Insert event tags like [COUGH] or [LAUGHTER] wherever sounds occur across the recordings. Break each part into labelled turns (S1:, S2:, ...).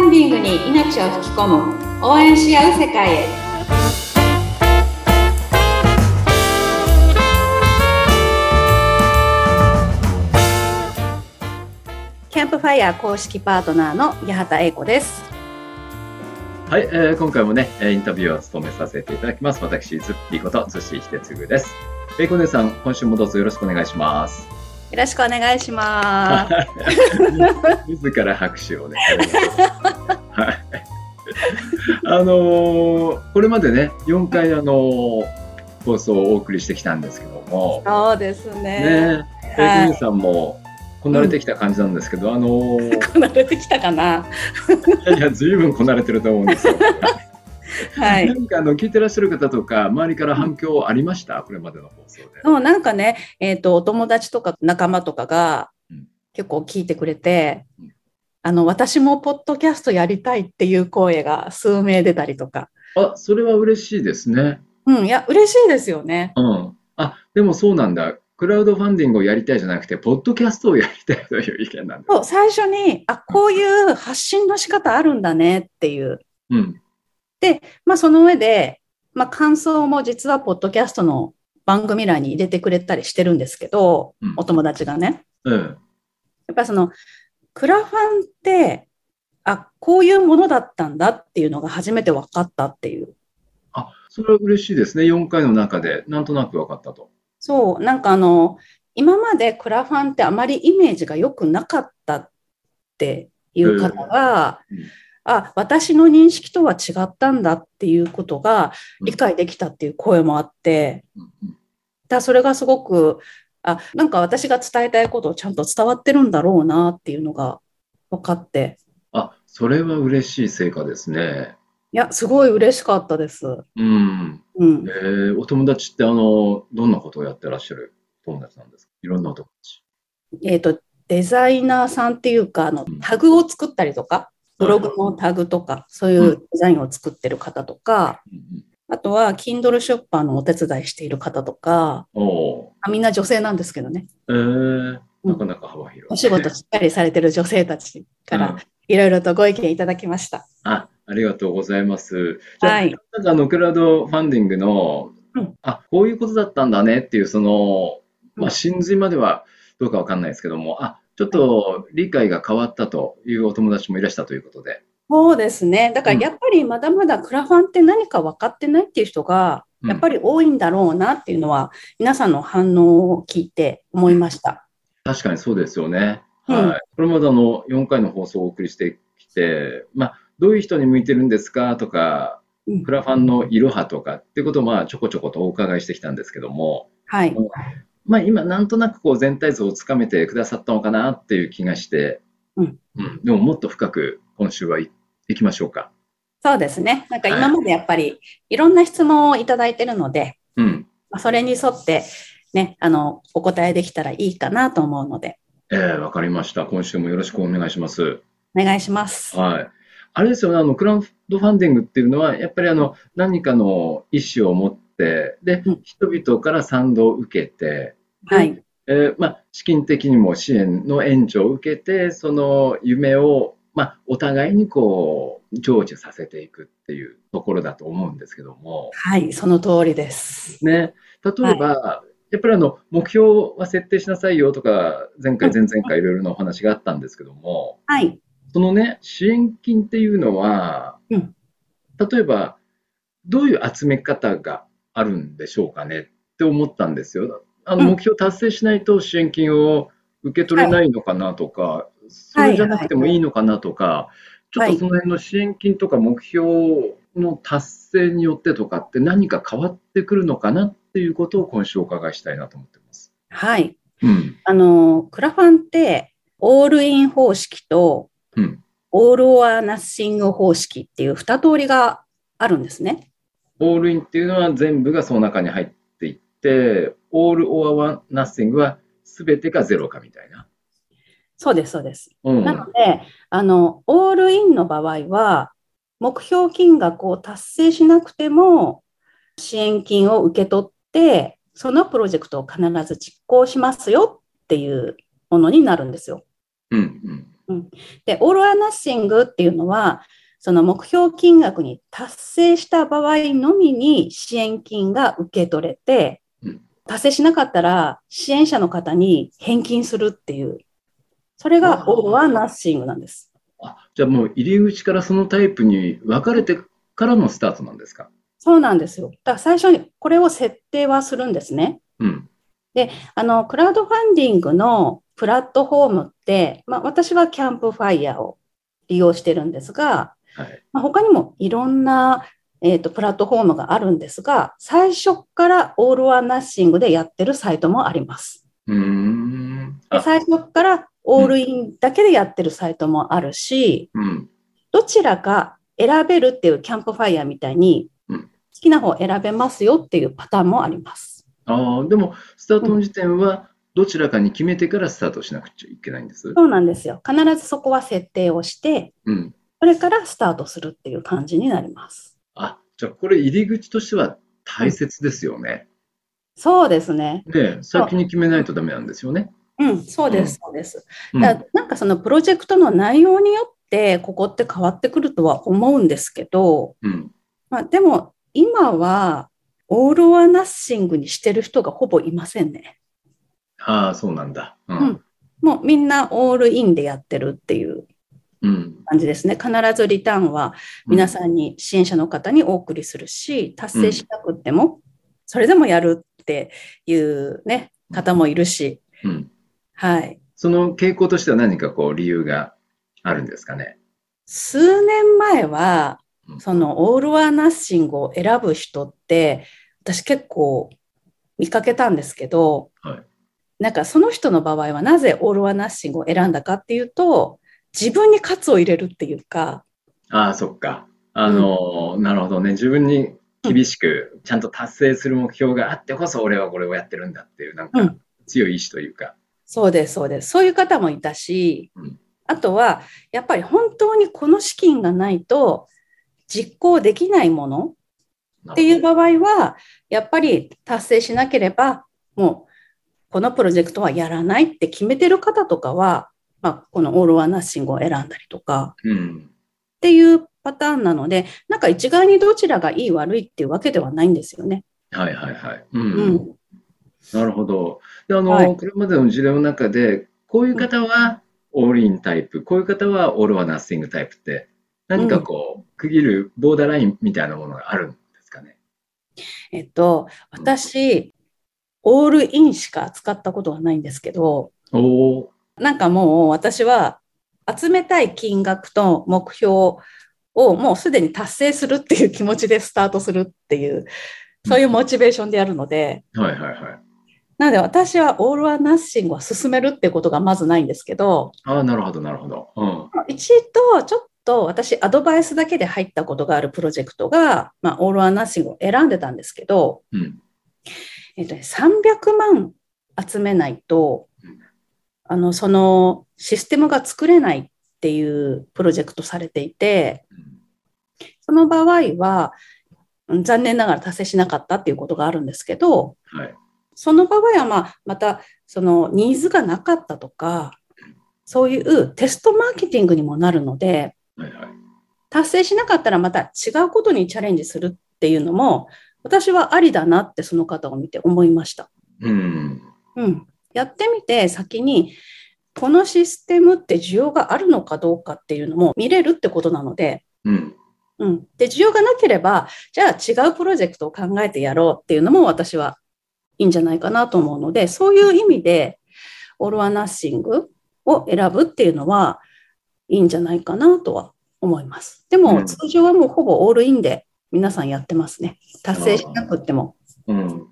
S1: に命を吹き込む応援し合う世界へキャンプファイヤー公式パートナーの八幡英子です
S2: はい、えー今回もね、えーインタビューを務めさせていただきます。私、ズッキーこと、ズシヒテツグです。えー、コネさん、今週もどうぞよろしくお願いし
S1: [LAUGHS]
S2: ます。
S1: よろしくお願いします
S2: 自ら拍手をね。はい。あのーこれまでね、4回、あのー放送をお送りしてきたんですけども、
S1: そうですね
S2: ね、え
S1: は
S2: ー
S1: い
S2: コネさんも、こなれてきた感じなんですけど、あの
S1: [LAUGHS]
S2: ー
S1: こなれてきたかない
S2: やいや、ずいぶんこなれてると思うんですよ。
S1: はい
S2: なんかあの聞いてらっしゃる方とか、周りから反響ありました、これまでの放送で。
S1: そうなんかね、えっとお友達とか仲間とかが
S2: うん
S1: 結構聞いてくれて、
S2: うん
S1: あの私もポッドキャストやりたいっていう声が数名出たりとか、
S2: あ、それは嬉しいですね。
S1: うん、いや嬉しいですよね。
S2: うん。あ、でもそうなんだ。クラウドファンディングをやりたいじゃなくて、ポッドキャストをやりたいという意見なんです。
S1: そう最初にあこういう発信の仕方あるんだねっていう、
S2: うん。
S1: まあ、その上で、まあ、感想も実はポッドキャストの番組欄に入れてくれたりしてるんですけど、
S2: うん
S1: お友達がね。
S2: うん。
S1: やっぱりそのクラファンってあこういうものだったんだっていうのが初めて分かったっていう
S2: あ、それは嬉しいですね。4回の中で、なんとなく分かったと。
S1: そうなんかあの今までクラファンってあまりイメージが良くなかったっていう方が、
S2: うんうん
S1: あ私の認識とは違ったんだっていうことが理解できたっていう声もあって、
S2: うんうん
S1: だそれがすごくあなんか私が伝えたいことをちゃんと伝わってるんだろうなっていうのが分かって
S2: あ、それは嬉しい成果ですね。
S1: いやすごい嬉しかったです。
S2: うん。
S1: うん
S2: え、ーお友達って、あの、どんなことをやってらっしゃる友達なんですかいろんなお友達。
S1: えっ、と、デザイナーさんっていうか、あの
S2: うん、
S1: タグを作ったりとか、ブログ
S2: は
S1: の
S2: い
S1: タグとか、そういうデザインを作ってる方とか、
S2: うんうん
S1: あとは、Kindle 出版のお手伝いしている方とか、
S2: おー
S1: あみんな女性なんですけどね、
S2: えー、なかなか幅広い。
S1: お仕事しっかりされてる女性たちか
S2: う
S1: ら
S2: ん、
S1: いろいろとご意見いただきました。
S2: あ、ありがとうございます。じゃあ、
S1: はい
S2: なんかあの、クラウドファンディングの、
S1: うん
S2: あ、こういうことだったんだねっていう、その、ま
S1: うん
S2: あ、真髄まではどうかわかんないですけども、あ、ちょっと理解が変わったというお友達もいらしたということで。
S1: そうですね。だから
S2: うん
S1: やっぱりまだまだクラファンって何か分かってないっていう人が、
S2: うん
S1: やっぱり多いんだろうなっていうのは、皆さんの反応を聞いて思いました。
S2: 確かにそうですよね。
S1: うん
S2: はい。これまであの、4回の放送をお送りしてきて、まあ、どういう人に向いてるんですかとか、
S1: うん
S2: クラファンのいろはとかっていうことを、まあ、ちょこちょことお伺いしてきたんですけども、
S1: はい。
S2: まあ、今、なんとなくこう全体像をつかめてくださったのかなっていう気がして、
S1: うん
S2: でももっと深く今週はい、いきましょうか。
S1: そうですね。なんか
S2: はい
S1: 今までやっぱりいろんな質問をいただいてるので、
S2: うん
S1: まあそれに沿ってね、あの、お答えできたらいいかなと思うので、
S2: えー、わかりました。今週もよろしくお願いします。
S1: お願いします。
S2: はい。あれですよね、あの、クラウドファンディングっていうのは、やっぱりあの、何かの意思を持って、で
S1: うん、
S2: 人々から賛同を受けて、
S1: はい。
S2: えーまあ、資金的にも支援の援助を受けて、その夢を、まあ、お互いにこう成就させていくっていうところだと思うんですけども、
S1: はい、その通りです。
S2: ね、例えば、やっぱりあの目標は設定しなさいよとか、前回、
S1: う
S2: 前々回、いろいろなお話があったんですけども、
S1: はい。
S2: そのね、支援金っていうのは、
S1: うん
S2: 例えば、どういう集め方があるんでしょうかねって思ったんですよ。あの
S1: うん
S2: 目標達成しないと支援金を受け取れないのかなとか、それじゃなくてもいいのかなとか、ちょ
S1: は
S2: っ
S1: い
S2: とその辺の支援金とか目標の達成によってとかって何か変わってくるのかなっていうことを今週お伺いしたいなと思ってます。
S1: はい。
S2: うん。
S1: あの、クラファンって、オールイン方式と、
S2: うん
S1: オールオアナッシング方式っていう二通りがあるんですね。
S2: オールインっていうのは全部がその中に入っていって、オール・オア・ワン・ナッシングは全てがゼロかみたいな。
S1: そうです、そうです。
S2: うん。
S1: なので、あの、オールインの場合は、目標金額を達成しなくても、支援金を受け取って、そのプロジェクトを必ず実行しますよっていうものになるんですよ。
S2: うんうん
S1: で、オールアナッシングっていうのは、その目標金額に達成した場合のみに支援金が受け取れて
S2: うん、
S1: 達成しなかったら支援者の方に返金するっていう、それがオールはナッシングなんです。
S2: あじゃあもう入り口からそのタイプに分かれてからのスタートなんですか
S1: そうなんですよ。だから最初にこれを設定はするんですね。
S2: うん。
S1: あの、クラウドファンディングのプラットフォームって、まあ私はキャンプファイヤーを利用してるんですが、
S2: はい。
S1: まあ、他にもいろんな、えー、とプラットフォームがあるんですが、最初からオール・ア・ナッシングでやってるサイトもあります。
S2: うーん。
S1: で
S2: あ、
S1: 最初からオールインだけでやってるサイトもあるし、
S2: うん。
S1: どちらか選べるっていうキャンプファイヤーみたいに、
S2: うん
S1: 好きな方を選べますよっていうパターンもあります。
S2: ああ、でも、スタートの時点は、どちらかに決めてからスタートしなくちゃいけないんです。
S1: そうなんですよ。必ずそこは設定をして、
S2: うん。
S1: それからスタートするっていう感じになります。
S2: あ、じゃあ、これ入り口としては大切ですよね。
S1: そうですね。
S2: で、先に決めないとダメなんですよね。
S1: うん、そうです、そうです。
S2: うん。
S1: だなんかそのプロジェクトの内容によってここって変わってくるとは思うんですけど、
S2: うん。
S1: まあ、でも今はオール・オア・ナッシングにしてる人がほぼいませんね。
S2: ああ、そうなんだ。う
S1: うんん。もうみんなオールインでやってるっていう
S2: うん。
S1: 感じですね。必ずリターンは皆さんに支援者の方にお送りするし、達成しなくってもそれでもやるっていうね、方もいるし、
S2: うん。
S1: はい。
S2: その傾向としては何かこう理由があるんですかね。
S1: 数年前は
S2: うん、
S1: そのオール・オア・ナッシングを選ぶ人って、私結構見かけたんですけど、
S2: はい
S1: なんかその人の場合はなぜオール・オア・ナッシングを選んだかっていうと、自分に喝を入れるっていうか、
S2: ああ、そっか。あの、なるほどね。自分に厳しく、ちゃんと達成する目標があってこそ、俺はこれをやってるんだっていう、なん
S1: う
S2: か
S1: ん
S2: 強い意志というか。
S1: そうです、そうです。そういう方もいたし
S2: うん、
S1: あとは、やっぱり本当にこの資金がないと実行できないもの
S2: なるほど
S1: っていう場合は、やっぱり達成しなければ、もうこのプロジェクトはやらないって決めてる方とかは、まあ、このオール・ア・ナッシングを選んだりとか
S2: うん。
S1: っていうパターンなので、なんか一概にどちらがいい悪いっていうわけではないんですよね。
S2: はいはいはい。
S1: う
S2: うん。
S1: ん。
S2: なるほど。で、あの、
S1: はい
S2: これまでの事例の中で、こういう方はオールインタイプ、こういう方はオールはナッシングタイプって、何かこう、区切るボーダーラインみたいなものがあるんですかね。
S1: えっと、私、オールインしか使ったことはないんですけど、
S2: おお。
S1: なんかもう私は集めたい金額と目標をもうすでに達成するっていう気持ちでスタートするっていう、そういうモチベーションでやるので、
S2: はいはいはい。
S1: なので私はオール・ア・ナッシングは進めるっていうことがまずないんですけど、
S2: ああ、なるほどなるほど。うん。
S1: 一度ちょっと私アドバイスだけで入ったことがあるプロジェクトが、まあ、オール・ア・ナッシングを選んでたんですけど、
S2: うん。
S1: えっとね、300万集めないと
S2: うん、
S1: あの、そのシステムが作れないっていうプロジェクトされていて、その場合は、うん残念ながら達成しなかったっていうことがあるんですけど、
S2: はい。
S1: その場合は、まあ、また、そのニーズがなかったとか、そういうテストマーケティングにもなるので、
S2: はいはい。
S1: 達成しなかったらまた違うことにチャレンジするっていうのも、私はありだなってその方を見て思いました。
S2: うん。
S1: うん、やってみて先にこのシステムって需要があるのかどうかっていうのも見れるってことなので、
S2: うん。
S1: うん、で需要がなければじゃあ違うプロジェクトを考えてやろうっていうのも私はいいんじゃないかなと思うのでそういう意味でオール・ア・ナッシングを選ぶっていうのはいいんじゃないかなとは思います。で
S2: う
S1: も
S2: ん
S1: 通常はもうほぼオールインで皆さんやってますね。達成しなくっても。
S2: うん。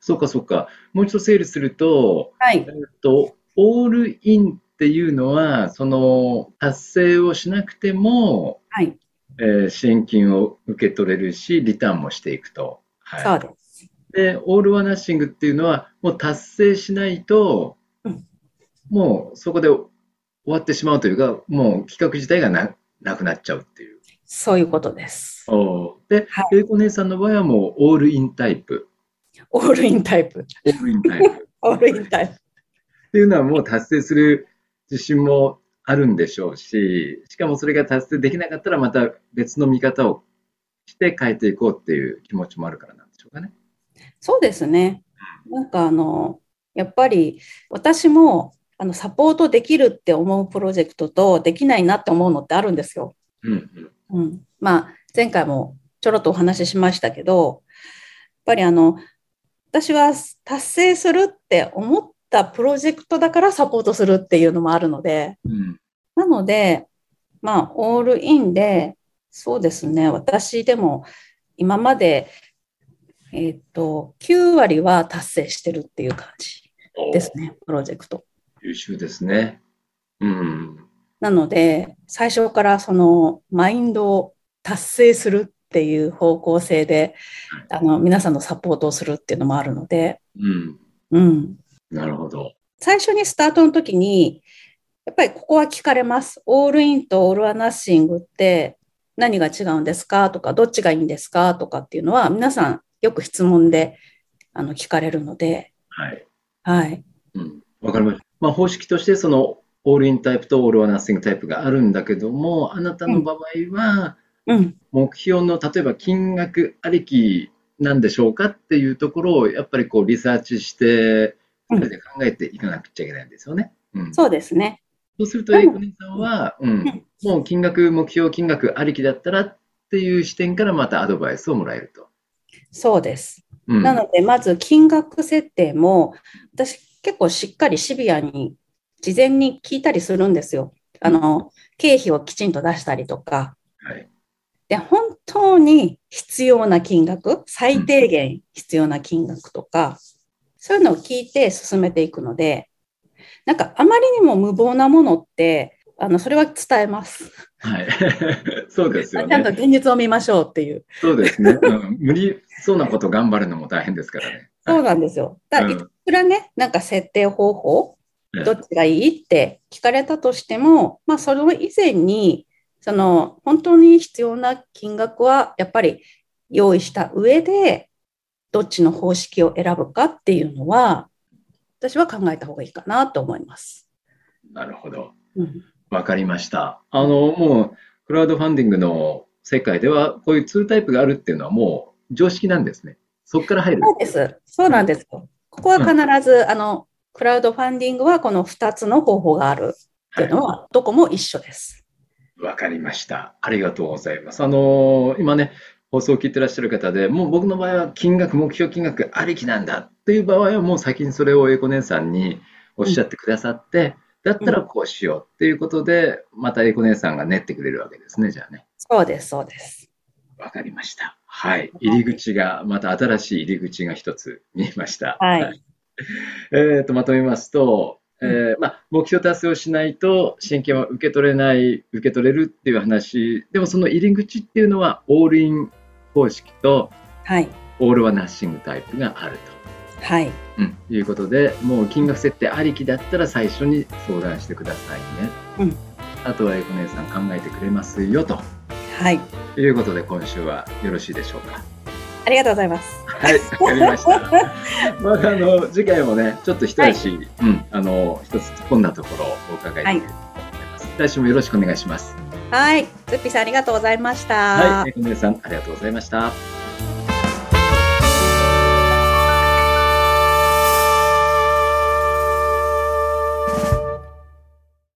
S2: そうかそうか。もう一度整理すると、
S1: はい
S2: え。っと、オールインっていうのは、その達成をしなくても、
S1: はい。
S2: えー支援金を受け取れるし、リターンもしていくと。
S1: そ
S2: は
S1: うです。
S2: い、で、オール・はナッシングっていうのは、もう達成しないと
S1: うん、
S2: もうそこで終わってしまうというか、もう企画自体がな、なくなっちゃうっていう。
S1: そういうことです。
S2: おーで
S1: は、
S2: 英子姉さんの場合はもうオールインタイプ。
S1: オールインタイプ。
S2: [LAUGHS] オールインタイプ。
S1: オールインタイプ。
S2: っていうのはもう達成する自信もあるんでしょうし、しかもそれが達成できなかったらまた別の見方をして変えていこうっていう気持ちもあるからなんでしょうかね。
S1: そうですね。なんかあの、やっぱり私もあのサポートできるって思うプロジェクトとできないなって思うのってあるんですよ。
S2: うんう
S1: う
S2: ん。
S1: ん、まあ前回もちょろっとお話ししましたけどやっぱりあの私は達成するって思ったプロジェクトだからサポートするっていうのもあるので
S2: うん
S1: なのでまあオールインでそうですね私でも今までえっ、と9割は達成してるっていう感じですねプロジェクト。
S2: 優秀ですね。うん。
S1: なので、最初からそのマインドを達成するっていう方向性で、あの、皆さんのサポートをするっていうのもあるので、
S2: うん。
S1: うん。
S2: なるほど。
S1: 最初にスタートの時に、やっぱりここは聞かれます。オールインとオールアナッシングって何が違うんですかとか、どっちがいいんですかとかっていうのは、皆さんよく質問で、あの、聞かれるので、
S2: はい。
S1: はい。
S2: うん。わかりました。まあ、方式として、その、オールインタイプとオールオアナッシングタイプがあるんだけども、あなたの場合は、
S1: うん。
S2: 目標の例えば金額ありきなんでしょうかっていうところをやっぱりこうリサーチして、
S1: う
S2: そ
S1: ん
S2: れで考えていかなくちゃいけないんですよね。うん、そ
S1: そうですね。
S2: うすると、エイコネさんは、うん
S1: ん
S2: もう金額、目標金額ありきだったらっていう視点からまたアドバイスをもらえると。
S1: そうです。
S2: うん、
S1: なので、まず金額設定も、私結構しっかりシビアに、事前に聞いたりするんですよ。あの、経費をきちんと出したりとか。
S2: はい、
S1: で、本当に必要な金額、最低限必要な金額とか、そういうのを聞いて進めていくので、なんかあまりにも無謀なものって、あの、それは伝えます。
S2: はい [LAUGHS] そうです
S1: [LAUGHS]
S2: よ
S1: ちゃんと
S2: ね。
S1: 現実を見ましょうっていう。
S2: そうですね、うん。無理そうなこと頑張るのも大変ですからね。
S1: そう
S2: はい
S1: なんですよ。だから
S2: う
S1: い
S2: ん
S1: くらね、なんか設定方法
S2: ええ、
S1: どっちがいいって聞かれたとしても、まあ、その以前に、その、本当に必要な金額は、やっぱり用意した上で、どっちの方式を選ぶかっていうのは、私は考えた方がいいかなと思います。
S2: なるほど。
S1: うん、
S2: わかりました。あの、もう、クラウドファンディングの世界では、こういう2タイプがあるっていうのはもう常識なんですね。そこから入る。
S1: そうです。そうなんですよ。ここは必ず、あの、クラウドファンディングはこの2つの方法があるっていうのは、どこも一緒です。
S2: い。わかりました。ありがとうございます。あの、今ね、放送を聞いてらっしゃる方で、もう僕の場合は金額、目標金額ありきなんだっていう場合は、もう先にそれを英子姉さんにおっしゃってくださって、だったらこうしようっていうことで、また英子姉さんが練ってくれるわけですね、じゃあね。
S1: そうです、そうです。
S2: わかりました。はい。入り口が、また新しい入り口が一つ見えました。
S1: はい。
S2: [LAUGHS] えー、とまとめますと、え
S1: うん
S2: ーまあ、目標達成をしないと支援金は受け取れない受け取れるっていう話でもその入り口っていうのはオールイン方式と
S1: はい。
S2: オールはナッシングタイプがある
S1: はい。
S2: と、うん、いうことでもう金額設定ありきだったら最初に相談してくださいね、
S1: うん
S2: あとはエコ姉さん考えてくれますよと
S1: はい。
S2: いうことで今週はよろしいでしょうか。
S1: ありがとうございます。
S2: [LAUGHS] はい、わかりました。まあ、あの、次回もね、ちょっと一足、うん、あの、一つ突っ込んだところをお伺いできると思います。来週もよろしくお願いします。
S1: はい。ズッピーさん、ありがとうございました。
S2: はい、えこねさん、ありがとうございました。